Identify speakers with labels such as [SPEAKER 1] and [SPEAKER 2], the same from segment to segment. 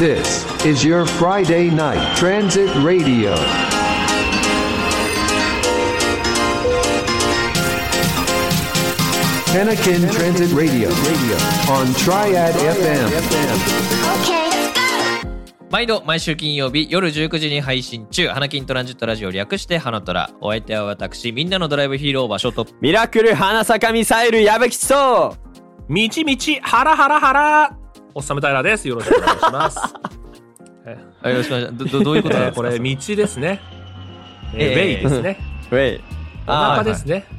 [SPEAKER 1] This is your Friday night transit radio. 10 Transit Radio on Triad FM.
[SPEAKER 2] 毎度毎週金曜日夜19時に配信中、花金トランジットラジオ略して花トラ。お相手は私、みんなのドライブヒーロー場所と。
[SPEAKER 3] ミラクル花坂ミサイル矢吹と
[SPEAKER 4] みちみち、ハラハラハラ。おっさむたいらです。よろしくお願いします。
[SPEAKER 2] あ、よろしくお願いします。 ど、どどういうことなん
[SPEAKER 4] え
[SPEAKER 2] で
[SPEAKER 4] ー
[SPEAKER 2] すか
[SPEAKER 4] これ、道ですね。えー
[SPEAKER 2] えー
[SPEAKER 4] ウェイですね。
[SPEAKER 3] ウェイ
[SPEAKER 4] お
[SPEAKER 3] あ
[SPEAKER 4] 腹
[SPEAKER 3] ー
[SPEAKER 4] ですね。えー
[SPEAKER 3] はい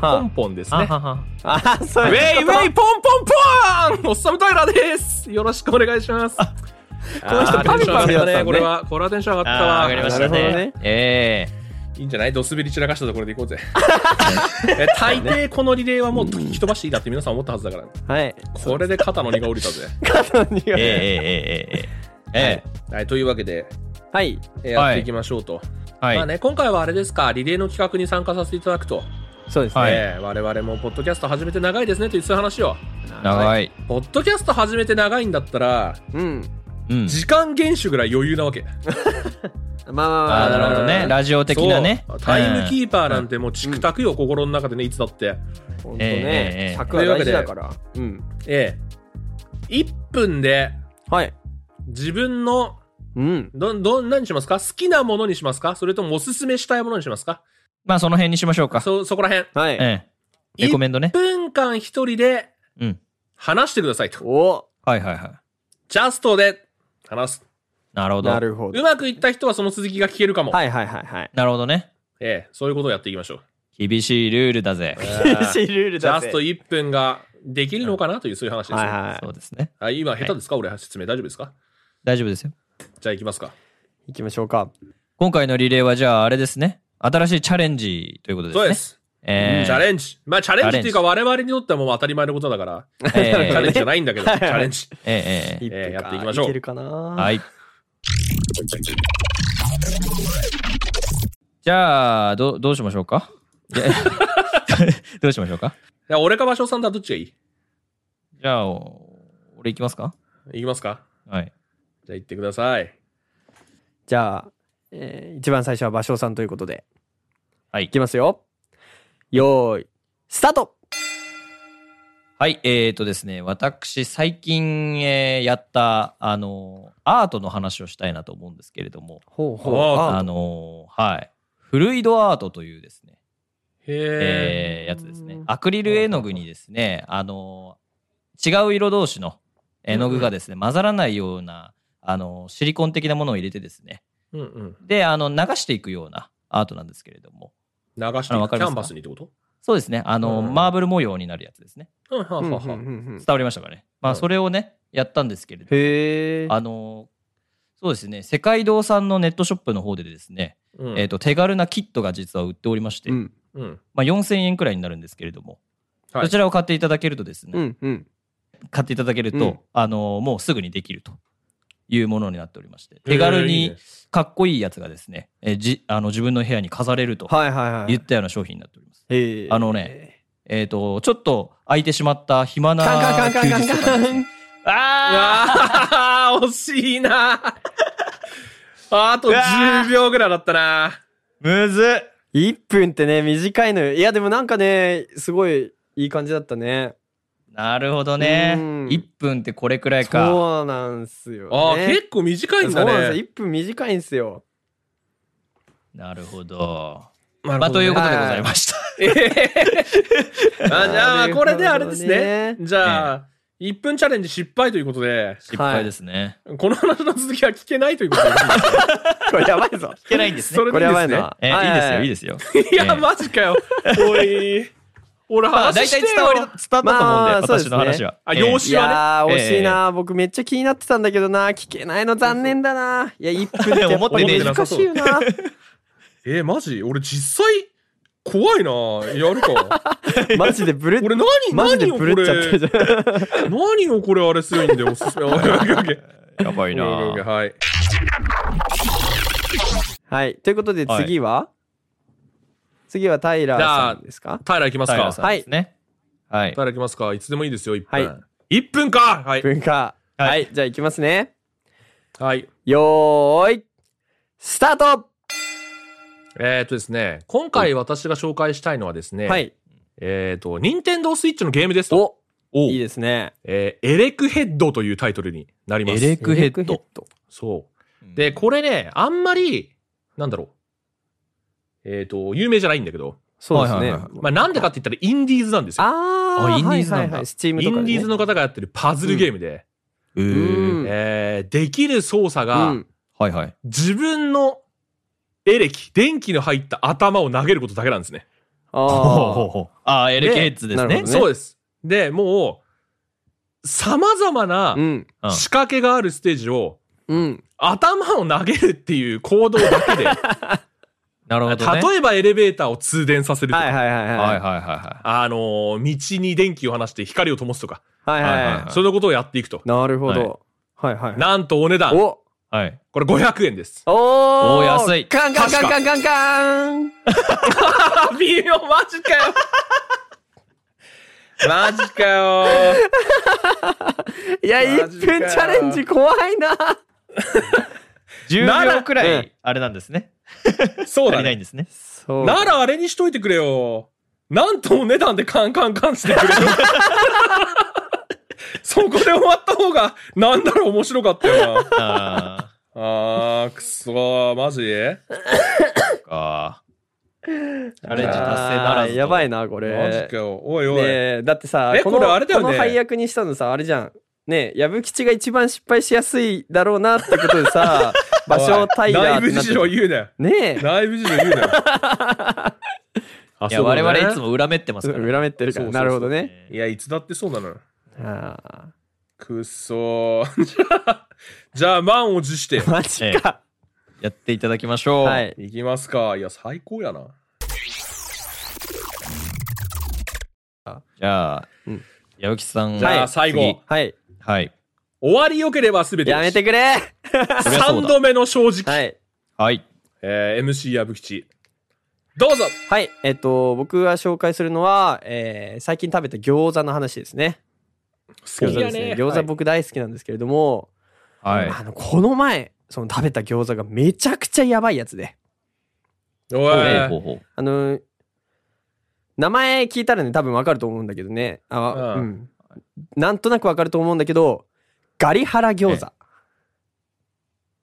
[SPEAKER 4] ポンポンです
[SPEAKER 2] あ
[SPEAKER 4] ね。
[SPEAKER 2] はは。
[SPEAKER 3] あーそ
[SPEAKER 4] ウ
[SPEAKER 3] う
[SPEAKER 4] ェ
[SPEAKER 3] い
[SPEAKER 4] イ
[SPEAKER 3] う
[SPEAKER 4] ウ
[SPEAKER 3] こと
[SPEAKER 4] ェイポンポンポンおっさむたいらです。よろしくお願いします。この人
[SPEAKER 3] あー
[SPEAKER 4] パミパミ
[SPEAKER 3] テンション
[SPEAKER 4] だ
[SPEAKER 3] 上がったね
[SPEAKER 4] ね。これは、これはテンション上がっ
[SPEAKER 2] あ
[SPEAKER 4] た
[SPEAKER 2] ー
[SPEAKER 4] わ。
[SPEAKER 2] わかりました
[SPEAKER 3] なるほど
[SPEAKER 2] ね
[SPEAKER 3] ね。
[SPEAKER 2] え
[SPEAKER 4] いいんじゃないドスベリ散らかしたところで行こうぜ。え大抵このリレーはもう吹き飛ばしていいだって皆さん思ったはずだから。
[SPEAKER 3] はい
[SPEAKER 4] これで肩の荷が降りたぜ。
[SPEAKER 3] 肩に
[SPEAKER 2] えええ
[SPEAKER 3] え
[SPEAKER 2] ええええええ
[SPEAKER 4] はい、というわけで、
[SPEAKER 3] はい
[SPEAKER 4] えーやっていきましょうと。
[SPEAKER 2] えはい
[SPEAKER 4] まあ。ね、今回はあれですか、リレーの企画に参加させていただくと、
[SPEAKER 3] そうですね、
[SPEAKER 2] はい
[SPEAKER 4] えー我々もポッドキャスト始めて長いですねというそういう話を、
[SPEAKER 2] 長い。
[SPEAKER 4] ポッドキャスト始めて長いんだったら、
[SPEAKER 3] うん
[SPEAKER 2] うん。
[SPEAKER 4] 時間厳守ぐらい余裕なわけ。
[SPEAKER 3] まあまあま
[SPEAKER 2] あ
[SPEAKER 3] あ
[SPEAKER 2] ーなるほどね。ラジオ的なね
[SPEAKER 4] そう。タイム
[SPEAKER 2] ー。
[SPEAKER 4] キーパーなんてもうチクタクよ、心の中でね、いつだって。
[SPEAKER 3] ほんと
[SPEAKER 2] ええええ
[SPEAKER 3] ね尺は大事だからうん
[SPEAKER 4] ええ1分で
[SPEAKER 3] はい
[SPEAKER 4] 自分の、
[SPEAKER 3] うん
[SPEAKER 4] ど、ど、何にしますか好きなものにしますかそれともおすすめしたいものにしますか
[SPEAKER 2] まあその辺にしましょうか。
[SPEAKER 4] そ、そこら辺。
[SPEAKER 3] はい、
[SPEAKER 2] ええ。レコメンドね
[SPEAKER 4] 1。分間一人で
[SPEAKER 2] うん。
[SPEAKER 4] 話してくださいと。
[SPEAKER 3] お
[SPEAKER 2] はいはいはい。
[SPEAKER 4] ジャストで話す。
[SPEAKER 2] なるほど。
[SPEAKER 3] な
[SPEAKER 2] なる
[SPEAKER 3] るほど
[SPEAKER 4] うまくいった人はその続きが聞けるかも。
[SPEAKER 3] はいはいはいはい
[SPEAKER 2] ほどね。
[SPEAKER 4] ええ、そういうことをやっていきましょう。
[SPEAKER 2] 厳しいルールだぜ。
[SPEAKER 3] シルール
[SPEAKER 4] ジ
[SPEAKER 3] だ
[SPEAKER 4] ャ
[SPEAKER 3] ぜ
[SPEAKER 4] スト1分ができるのかなというそういう話です
[SPEAKER 3] はい
[SPEAKER 4] ね。
[SPEAKER 3] は
[SPEAKER 2] そうですね。
[SPEAKER 4] あ今、下手ですか俺、説明大丈夫ですか
[SPEAKER 2] 大丈夫ですよ。
[SPEAKER 4] じゃあ行きますか。
[SPEAKER 3] い行きましょうか
[SPEAKER 2] 今回のリレーはじゃああれですね。新しいチャレンジということですね。
[SPEAKER 4] そうで。す。
[SPEAKER 2] えー、
[SPEAKER 4] チャレンジ。まあ、チャレンジっていうか、我々にとってはもう当たり前のことだから、
[SPEAKER 2] え
[SPEAKER 4] チャレンジじゃ
[SPEAKER 2] ー、
[SPEAKER 4] ないんだけど、チャレンジ。
[SPEAKER 2] えーえー
[SPEAKER 3] 一分
[SPEAKER 4] やってい
[SPEAKER 3] か
[SPEAKER 4] きましょう
[SPEAKER 3] いけるかなは
[SPEAKER 2] はい。じゃあ、ど、どうしましょうかいや どうしましょうか
[SPEAKER 4] いや俺か場所さんだ、どっちがいい
[SPEAKER 2] じゃあ、お俺行きますか
[SPEAKER 4] 行きますか
[SPEAKER 2] はい。
[SPEAKER 4] じゃあ行ってください。
[SPEAKER 3] じゃあ、えー一番最初は芭蕉さんということで。
[SPEAKER 2] はい
[SPEAKER 3] いきますよ。よーい、スタート
[SPEAKER 2] はい、えーとですね、私、最近、えーやった、あのーアートの話をしたいなと思うんですけれども、
[SPEAKER 3] ほう
[SPEAKER 4] ほうあ
[SPEAKER 2] あのーはい、フルイドアートというですね、え
[SPEAKER 4] へえ。
[SPEAKER 2] ーやつですね。アクリル絵の具にですね、あのー違う色同士の絵の具がですね、混ざらないような、あのーシリコン的なものを入れてですね、
[SPEAKER 4] うんうん。
[SPEAKER 2] で、あの、流していくようなアートなんですけれども、
[SPEAKER 4] 流してい
[SPEAKER 2] あわ
[SPEAKER 4] くキ
[SPEAKER 2] かりますか
[SPEAKER 4] ャンバスにってこと
[SPEAKER 2] そうですね、あのー
[SPEAKER 4] うん
[SPEAKER 2] マーブル模様になるやつですね。
[SPEAKER 4] うん、はあは
[SPEAKER 3] うん
[SPEAKER 4] あ
[SPEAKER 3] うん
[SPEAKER 4] はあ。
[SPEAKER 3] うんうん
[SPEAKER 2] 伝わりましたかね。まあ、
[SPEAKER 4] うん
[SPEAKER 2] それをね、やったんですけれども、
[SPEAKER 3] へえ。
[SPEAKER 2] あのーそうですね、世界堂さんのネットショップの方でですね、
[SPEAKER 4] うん
[SPEAKER 2] えっと、手軽なキットが実は売っておりまして、
[SPEAKER 3] うん、
[SPEAKER 4] うん。
[SPEAKER 2] まあ、4000円くらいになるんですけれども、
[SPEAKER 4] はい
[SPEAKER 2] そちらを買っていただけるとですね、
[SPEAKER 3] うん、うん。
[SPEAKER 2] 買っていただけると、
[SPEAKER 3] うん
[SPEAKER 2] あのもうすぐにできるというものになっておりまして
[SPEAKER 4] へー
[SPEAKER 2] 手軽
[SPEAKER 4] いい
[SPEAKER 2] に
[SPEAKER 4] ね
[SPEAKER 2] かっこいいやつがですね、えじあの自分の部屋に飾れると
[SPEAKER 3] はいはいはい
[SPEAKER 2] いったような商品になっております。
[SPEAKER 3] へえ。
[SPEAKER 2] あのね、えっ、とちょっと空いてしまった暇な
[SPEAKER 3] カンカンカンカンカンカン
[SPEAKER 2] 休日とかにですねあ
[SPEAKER 4] ああ、惜しいな。あと10秒ぐらいだったな。
[SPEAKER 2] ーむずっ
[SPEAKER 3] 1分ってね、短いのよ。いや、でもなんかね、すごいいい感じだったね。
[SPEAKER 2] なるほどね
[SPEAKER 3] うん
[SPEAKER 2] 1分ってこれくらいか
[SPEAKER 3] そうなんすよ、ね。
[SPEAKER 4] ああ、結構短いんだ
[SPEAKER 3] そうなんです
[SPEAKER 4] ね。
[SPEAKER 3] よ。1分短いんすよ。
[SPEAKER 2] なるほど
[SPEAKER 4] ま
[SPEAKER 2] まあという
[SPEAKER 4] こ
[SPEAKER 2] ことでございました、
[SPEAKER 4] と。 あじゃあま
[SPEAKER 3] な
[SPEAKER 4] あ、
[SPEAKER 3] るほ
[SPEAKER 4] こ
[SPEAKER 3] どね
[SPEAKER 4] れであれですね。じゃあ、1分チャレンジ失敗ということで、
[SPEAKER 2] 失敗ですね、
[SPEAKER 4] この話の続きは聞けないということで。
[SPEAKER 3] これやばいぞ。
[SPEAKER 2] 聞けないんですね
[SPEAKER 4] それ
[SPEAKER 3] こ
[SPEAKER 4] で
[SPEAKER 3] れ
[SPEAKER 4] いい
[SPEAKER 3] や
[SPEAKER 4] で
[SPEAKER 3] ば
[SPEAKER 4] す
[SPEAKER 3] い
[SPEAKER 4] ね。
[SPEAKER 3] な。
[SPEAKER 2] え
[SPEAKER 3] はい
[SPEAKER 2] い
[SPEAKER 3] はい
[SPEAKER 2] で
[SPEAKER 3] は
[SPEAKER 2] すよいい
[SPEAKER 3] す。
[SPEAKER 2] ですよ
[SPEAKER 4] い
[SPEAKER 2] え
[SPEAKER 4] や、
[SPEAKER 2] え
[SPEAKER 4] マジかよ。おい。俺
[SPEAKER 2] まあ、
[SPEAKER 4] 話
[SPEAKER 2] 大
[SPEAKER 4] して
[SPEAKER 2] 体
[SPEAKER 4] よ。
[SPEAKER 2] 伝わり伝わったと思うんで、
[SPEAKER 3] まあそうで
[SPEAKER 2] 私
[SPEAKER 3] すね
[SPEAKER 2] の話は。
[SPEAKER 4] あよーし私
[SPEAKER 3] い
[SPEAKER 4] は
[SPEAKER 3] やー、
[SPEAKER 2] ね
[SPEAKER 3] 惜しいな、僕めっちゃ気になってたんだけどな、聞けないの残念だな。いや、1分ってやっぱり難しいよな。
[SPEAKER 4] え、マジ俺実際、怖いな。やる か。
[SPEAKER 3] マジでブレ、
[SPEAKER 4] 俺何、
[SPEAKER 3] マジで
[SPEAKER 4] 何をこ
[SPEAKER 3] ブレっちゃって
[SPEAKER 4] れ、
[SPEAKER 3] るじゃ ん。
[SPEAKER 4] 何をこれあれするんだよ、おすすめ。オッケーオッケーオッケー
[SPEAKER 2] ええやばいな
[SPEAKER 4] オッケーオッケー
[SPEAKER 2] ぁ
[SPEAKER 4] はい。
[SPEAKER 3] はい、ということで次は、次はタイラーさんですか
[SPEAKER 4] 平行きます
[SPEAKER 2] 平
[SPEAKER 4] か。
[SPEAKER 2] さんですね。はい。
[SPEAKER 4] 平行きますか。いつでもいいですよ、1分。
[SPEAKER 3] はい
[SPEAKER 4] 1分かはい。
[SPEAKER 3] 文化。
[SPEAKER 2] はい
[SPEAKER 3] はい、じゃあ行きますね。
[SPEAKER 4] はい。
[SPEAKER 3] よーい、スタート
[SPEAKER 4] えーっとですね、今回私が紹介したいのはですね、
[SPEAKER 3] はい。
[SPEAKER 4] えーっと、任天堂スイッチのゲームですと、
[SPEAKER 3] おいいですね。
[SPEAKER 4] えーエレクヘッドというタイトルになります。
[SPEAKER 2] エレクヘッド
[SPEAKER 3] エレド。
[SPEAKER 4] そう。で、これね、あんまり、なんだろう。えっ、と、有名じゃないんだけど、
[SPEAKER 3] そうです
[SPEAKER 2] はい
[SPEAKER 3] ね。
[SPEAKER 2] はいはい
[SPEAKER 4] まあなんでかって言ったらインディーズなんですよ。
[SPEAKER 3] あー、
[SPEAKER 2] あインディーズなんだ
[SPEAKER 3] はいはいはいスチーム
[SPEAKER 4] イ
[SPEAKER 3] とかで
[SPEAKER 4] ン
[SPEAKER 3] ね
[SPEAKER 4] ディーズの方がやってるパズルゲームで、
[SPEAKER 2] え
[SPEAKER 3] う
[SPEAKER 2] ー、
[SPEAKER 3] ん。
[SPEAKER 4] えーできる操作が、
[SPEAKER 3] うん
[SPEAKER 2] はいはい。
[SPEAKER 4] 自分のエレキ、電気の入った頭を投げることだけなんですね。
[SPEAKER 3] あー
[SPEAKER 2] ああ、エレキヘッズです
[SPEAKER 3] なる
[SPEAKER 2] ね
[SPEAKER 3] ほど。ね
[SPEAKER 4] そうです。で、もう、様々な
[SPEAKER 3] うん。
[SPEAKER 2] うん
[SPEAKER 4] 仕掛けがあるステージを、
[SPEAKER 3] うん。
[SPEAKER 4] 頭を投げるっていう行動だけで、
[SPEAKER 2] なるほどね。
[SPEAKER 4] 例えばエレベーターを通電させるとか
[SPEAKER 3] はいはいはい
[SPEAKER 2] はいはい
[SPEAKER 3] はい。
[SPEAKER 2] はいは
[SPEAKER 4] あのー道に電気を放して光を灯すとか、
[SPEAKER 3] はいはい
[SPEAKER 2] は
[SPEAKER 3] はいい。
[SPEAKER 4] そのことをやっていくと。
[SPEAKER 3] なるほど。はいはい。
[SPEAKER 4] なんとお値段、
[SPEAKER 3] お
[SPEAKER 2] い。はい。
[SPEAKER 4] これ500円です。
[SPEAKER 3] お
[SPEAKER 2] お
[SPEAKER 3] ー
[SPEAKER 2] ー安い
[SPEAKER 3] カンカンカンカンカンカン
[SPEAKER 4] あ、微妙、マジか よ。マジかよ。
[SPEAKER 3] いや、
[SPEAKER 4] マ
[SPEAKER 3] 1
[SPEAKER 4] ジかよ
[SPEAKER 3] 分チャレンジ怖いな。
[SPEAKER 4] な
[SPEAKER 2] 10
[SPEAKER 4] ら
[SPEAKER 2] 秒く
[SPEAKER 3] う
[SPEAKER 2] ら
[SPEAKER 3] ん
[SPEAKER 2] い、あれなんですね。
[SPEAKER 4] そう
[SPEAKER 2] 足
[SPEAKER 4] だ
[SPEAKER 2] りない
[SPEAKER 4] ね。
[SPEAKER 2] んですね。
[SPEAKER 3] そう。
[SPEAKER 4] ならあれにしといてくれよ。なんとお値段でカンカンカンしてくれる。 そこで終わった方が、なんだろう面白かったよな。
[SPEAKER 2] あ
[SPEAKER 4] あー、くそー、マジ
[SPEAKER 2] ーか。チャレ
[SPEAKER 3] あ
[SPEAKER 2] ンジ達成ならず
[SPEAKER 3] ー
[SPEAKER 2] と。
[SPEAKER 3] やば
[SPEAKER 2] い。
[SPEAKER 3] いな、
[SPEAKER 4] マ
[SPEAKER 3] こ
[SPEAKER 4] ジ
[SPEAKER 3] れ。
[SPEAKER 4] かよ。おいおい。
[SPEAKER 3] ねえだってさ
[SPEAKER 4] え
[SPEAKER 3] この
[SPEAKER 4] これあれだよね
[SPEAKER 3] この配役にしたのさあれじゃんねえ矢吹吉が一番失敗しやすいだろうなってことでさ場所を平
[SPEAKER 4] 内
[SPEAKER 3] ら
[SPEAKER 4] 部事情言うなよ。
[SPEAKER 3] ねえ
[SPEAKER 4] 内部事情言う なよ。あ
[SPEAKER 2] いや、我々いつ。も恨めってますから。
[SPEAKER 3] 恨めってるから
[SPEAKER 4] そうそうそう
[SPEAKER 3] なるほどね
[SPEAKER 4] いや、いつだってそうなのよ。
[SPEAKER 3] あ
[SPEAKER 4] くっそー。 じゃあ、じゃあ満を持 して
[SPEAKER 3] ーマジか、
[SPEAKER 2] やっていただきましょう。
[SPEAKER 3] はい
[SPEAKER 4] いきますか。いや、最高やな。
[SPEAKER 2] じゃあ
[SPEAKER 3] うん、
[SPEAKER 2] 矢吹さん。
[SPEAKER 4] じゃあ、最後。
[SPEAKER 3] はい
[SPEAKER 2] はい。
[SPEAKER 4] 終わりよければ全て
[SPEAKER 3] やめてくれ
[SPEAKER 2] そりゃそう
[SPEAKER 4] 3
[SPEAKER 2] だ
[SPEAKER 4] 度目の正直。
[SPEAKER 3] はい
[SPEAKER 2] はい。
[SPEAKER 4] えー MC 矢吹吉。どうぞ
[SPEAKER 3] はいえっと僕が紹介するのは、えー最近食べた餃子の話ですね
[SPEAKER 4] そ
[SPEAKER 3] 餃子ですね餃子
[SPEAKER 4] はい
[SPEAKER 3] 僕大好きなんですけれども、
[SPEAKER 2] はい。
[SPEAKER 3] あのこの前その食べた餃子がめちゃくちゃやばいやつで
[SPEAKER 2] ほ
[SPEAKER 4] お
[SPEAKER 2] うほうほ
[SPEAKER 3] あの、名前聞いたらね、多分わかると思うんだけどね。あ、
[SPEAKER 4] う
[SPEAKER 3] うんん。なんとなくわかると思うんだけど、ガリハラ餃子。っ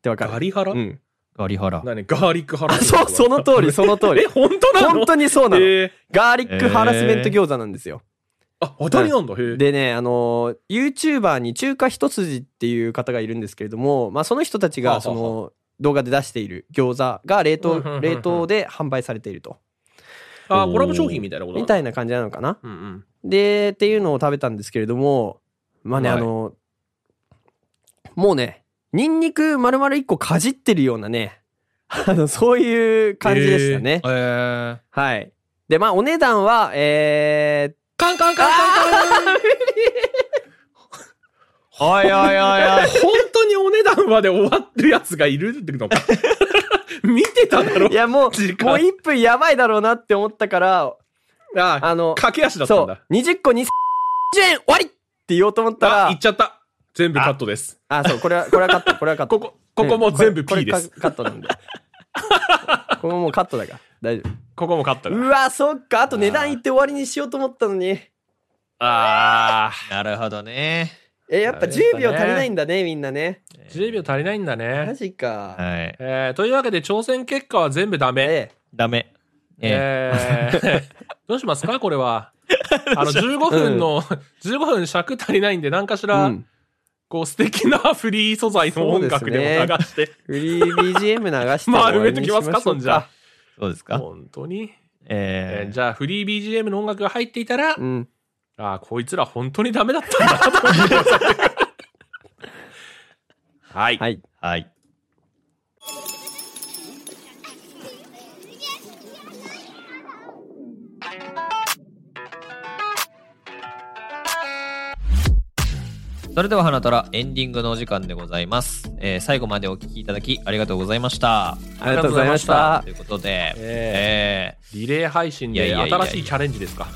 [SPEAKER 3] てわ
[SPEAKER 4] い。
[SPEAKER 3] かる。
[SPEAKER 4] ガリハラ
[SPEAKER 3] うん。
[SPEAKER 2] う。ガリハラ。
[SPEAKER 4] 何ガーリックハラ
[SPEAKER 3] あそう、その通り、その通
[SPEAKER 4] え、
[SPEAKER 3] り。
[SPEAKER 4] 本当なの
[SPEAKER 3] 本当にそうなの。
[SPEAKER 4] えー
[SPEAKER 3] ガーリックハラスメント餃子なんですよ。
[SPEAKER 4] あ、当たりなんだ。へー
[SPEAKER 3] でね、あの、YouTuber に中華一筋っていう方がいるんですけれども、まあ、その人たち
[SPEAKER 4] はあはあ
[SPEAKER 3] が、
[SPEAKER 4] は
[SPEAKER 3] そ
[SPEAKER 4] あ
[SPEAKER 3] の、動画で出している餃子が冷
[SPEAKER 4] うんうんうんう
[SPEAKER 3] 凍、
[SPEAKER 4] ん
[SPEAKER 3] 冷凍で販売されていると。
[SPEAKER 4] あ、コラボ商品みたいなこと
[SPEAKER 3] みた
[SPEAKER 4] い。
[SPEAKER 3] いな感じなのかな
[SPEAKER 4] うんうん。
[SPEAKER 3] で、っていうのを食べたんですけれども、まあね、
[SPEAKER 2] はい
[SPEAKER 3] あの、もうね、ニンニク丸々一個かじってるようなね、 あの、そういう感じでしたね。
[SPEAKER 2] えー。
[SPEAKER 3] はい。で、まあ、お値段は、え
[SPEAKER 4] カンカンカンカンカン
[SPEAKER 2] はいはいはいはい。
[SPEAKER 4] 本当にお値段まで終わってるやつがいるってのか。 見てただろ
[SPEAKER 3] ー、いや、もう、もう
[SPEAKER 4] 時間
[SPEAKER 3] 1分やばいだろうなって思ったから、
[SPEAKER 4] あ
[SPEAKER 3] あの、
[SPEAKER 4] 駆け足だった
[SPEAKER 3] そ
[SPEAKER 4] ん
[SPEAKER 3] う
[SPEAKER 4] だ。、
[SPEAKER 3] 20個20円終わりって言おうと思った
[SPEAKER 4] あ、
[SPEAKER 3] ら
[SPEAKER 4] いっ、ちゃった。全部カットです。
[SPEAKER 3] あ、そう、これは、これはカッ ト、これはカット。
[SPEAKER 4] ここ、ここも全部 P で
[SPEAKER 3] うん
[SPEAKER 4] す。
[SPEAKER 3] これこれカカットなんで。 ここもうカットだから、大丈夫。
[SPEAKER 4] ここもカットだ。
[SPEAKER 3] うわ、そっか。あと値段言って終わりにしようと思ったのに。
[SPEAKER 4] あ
[SPEAKER 2] なるほどね。
[SPEAKER 3] え、やっぱ
[SPEAKER 4] あれだ
[SPEAKER 3] 10
[SPEAKER 4] ね
[SPEAKER 3] 秒足りないんだね、みんなね。
[SPEAKER 4] ー。10秒足りないんだ
[SPEAKER 3] マ
[SPEAKER 4] ね。
[SPEAKER 3] ジか。
[SPEAKER 2] はい。
[SPEAKER 4] えー、というわけで挑戦結果は全部ダメ。
[SPEAKER 3] え
[SPEAKER 2] ダメ。え
[SPEAKER 4] えー、どうしますかこれは。あの、15分の、15分尺足りないんで、何かし
[SPEAKER 3] え、う
[SPEAKER 4] ら、
[SPEAKER 3] ん
[SPEAKER 4] こう、素敵なフリー素材の音楽でも流して、
[SPEAKER 3] フリー BGM 流して終わ
[SPEAKER 4] 丸め
[SPEAKER 3] り
[SPEAKER 4] と
[SPEAKER 3] に
[SPEAKER 4] き
[SPEAKER 3] しま
[SPEAKER 4] ま
[SPEAKER 3] し
[SPEAKER 4] す
[SPEAKER 3] ょうか。
[SPEAKER 4] かそんじゃ。。
[SPEAKER 2] そうですか
[SPEAKER 4] 本当に。え
[SPEAKER 2] え
[SPEAKER 4] ー
[SPEAKER 2] ー
[SPEAKER 4] じゃあ、フリー BGM の音楽が入っていたら、
[SPEAKER 3] うん。
[SPEAKER 4] ああ、こいつら本当にダメだったんだなと思ってください。はい。
[SPEAKER 3] はい。
[SPEAKER 2] はい。それでは花たらエンディングのお時間でございます、えー最後までお聞きいただきありがとうございました
[SPEAKER 3] ありがとうございました
[SPEAKER 2] と。いうことで、
[SPEAKER 4] え
[SPEAKER 2] え
[SPEAKER 4] リレー配信
[SPEAKER 2] いやい
[SPEAKER 4] で
[SPEAKER 2] やいやいや
[SPEAKER 4] 新しいチャレンジですか。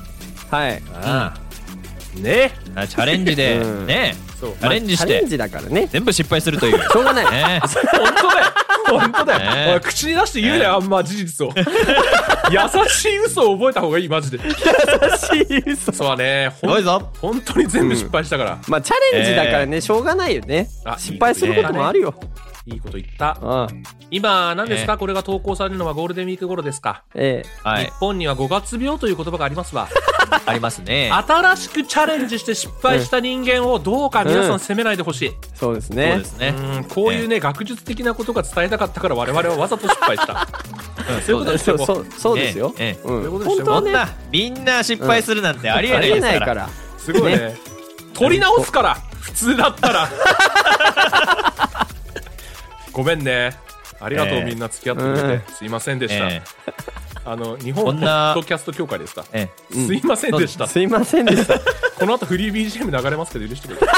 [SPEAKER 3] はい。
[SPEAKER 2] ーうん
[SPEAKER 4] ああね
[SPEAKER 2] なチャレンジで、
[SPEAKER 3] うん
[SPEAKER 2] ね
[SPEAKER 4] そう
[SPEAKER 2] チャレンジし
[SPEAKER 3] チャ
[SPEAKER 2] て
[SPEAKER 3] レンジだからね。
[SPEAKER 2] 全部失敗すると いう
[SPEAKER 3] しょうがない。
[SPEAKER 2] ね
[SPEAKER 4] 本当だよ本当だ
[SPEAKER 2] ね
[SPEAKER 4] よおい口に出して言うなよあんま事実を優しい嘘を覚えた方がいいマジで
[SPEAKER 3] 優しい嘘
[SPEAKER 4] そうはね
[SPEAKER 2] す
[SPEAKER 4] ほん
[SPEAKER 2] ごいぞ
[SPEAKER 4] 本当に全部失敗したから、
[SPEAKER 3] まあチャレンジだからね、しょうがないよね。
[SPEAKER 4] あ
[SPEAKER 3] 失敗することもあるよ。
[SPEAKER 4] いいこと言った
[SPEAKER 3] ああ
[SPEAKER 4] 今何ですか、これが投稿されるのはゴールデンウィーク頃ですか、
[SPEAKER 3] え
[SPEAKER 2] は
[SPEAKER 4] 日
[SPEAKER 2] い
[SPEAKER 4] 本には5月病という言葉がありますわ
[SPEAKER 2] ありますね
[SPEAKER 4] 新しくチャレンジして失敗した人間をどうか皆さ
[SPEAKER 3] うん
[SPEAKER 4] ん責めないでほしい、
[SPEAKER 3] えそうです
[SPEAKER 2] そう
[SPEAKER 3] ね
[SPEAKER 2] で。すね
[SPEAKER 4] うんこういうね、学術的なことが伝えたかったから我々はわざと失敗した
[SPEAKER 2] うん
[SPEAKER 4] そういうこと
[SPEAKER 3] そうそうそうですよ。
[SPEAKER 2] ええ
[SPEAKER 3] う
[SPEAKER 4] そういうんことで
[SPEAKER 3] 本
[SPEAKER 4] すよ
[SPEAKER 3] 当は
[SPEAKER 2] こん
[SPEAKER 3] ね
[SPEAKER 2] なみんな失敗するなんてありえないですから
[SPEAKER 3] ら。
[SPEAKER 4] すごいね取り直すから普通だった らごめんねありがと
[SPEAKER 2] え
[SPEAKER 4] う、
[SPEAKER 2] え
[SPEAKER 4] みんな付き合ってくれて、すいませんでした、
[SPEAKER 2] え
[SPEAKER 4] あの日本
[SPEAKER 2] こ
[SPEAKER 4] ポ
[SPEAKER 2] んな
[SPEAKER 4] ッドキャスト協会ですか
[SPEAKER 2] ええ
[SPEAKER 3] うん
[SPEAKER 4] すいませんでした、
[SPEAKER 3] すいませんでした。
[SPEAKER 4] この後フリー BGM 流れますけど許してください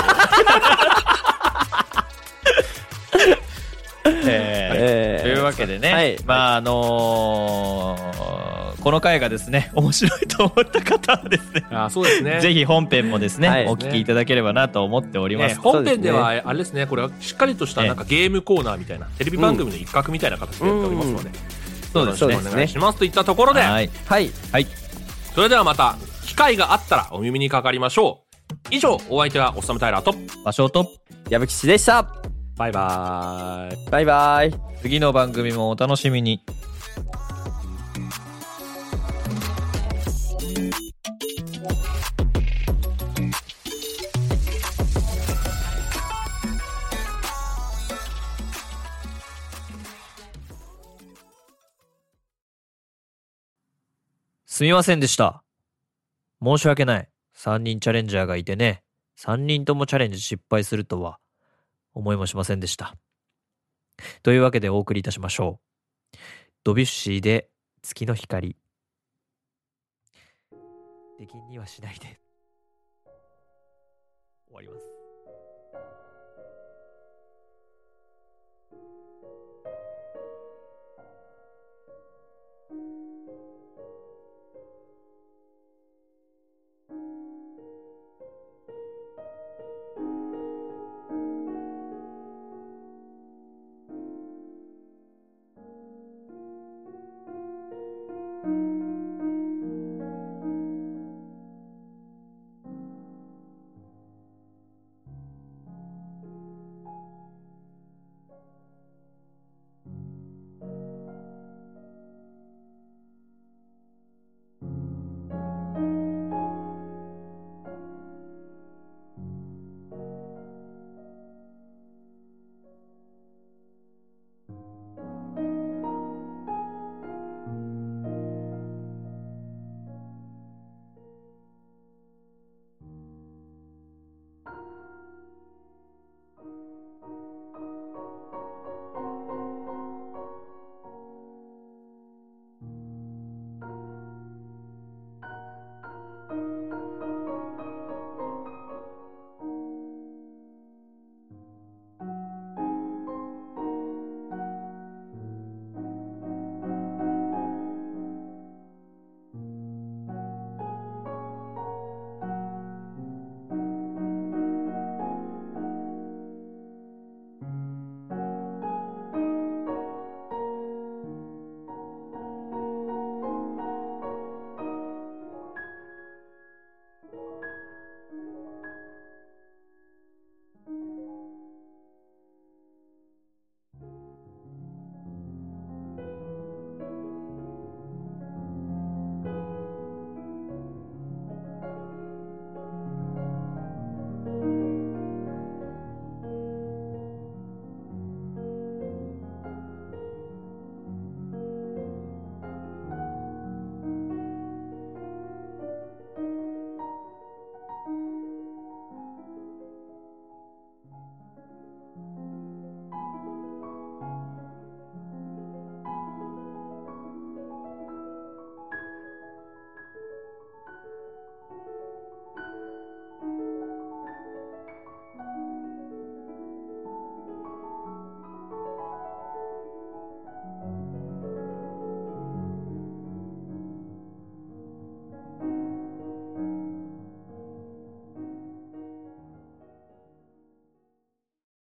[SPEAKER 2] えー
[SPEAKER 3] えー
[SPEAKER 2] というわけでね、
[SPEAKER 3] はい
[SPEAKER 2] まああのーこの回がですね面白いと思った方はですね
[SPEAKER 4] あそうですね
[SPEAKER 2] ぜひ本編もですね、
[SPEAKER 3] はい
[SPEAKER 2] お聞きいただければなと思っておりま
[SPEAKER 4] ね
[SPEAKER 2] す。
[SPEAKER 4] 本編ではあれですねこれはしっかりとしたなんかゲームコーナーみたいなテレビ番組の一角みたいな形でやっておりますので、
[SPEAKER 2] そうですね
[SPEAKER 4] よろしくお願いしますといったところで、
[SPEAKER 2] はい、
[SPEAKER 3] はい。
[SPEAKER 2] はい、
[SPEAKER 4] それではまた機会があったらお耳にかかりましょう以上お相手はおっさむタイラーと
[SPEAKER 2] 場所と
[SPEAKER 3] 矢吹氏でした。
[SPEAKER 4] バイバーイ
[SPEAKER 3] バイバイ。
[SPEAKER 2] 次の番組もお楽しみに。すみませんでした。申し訳ない。3人チャレンジャーがいてね、3人ともチャレンジ失敗するとは思いもしませんでした。というわけでお送りいたしましょう。ドビュッシーで月の光。出禁にはしないで。終わります。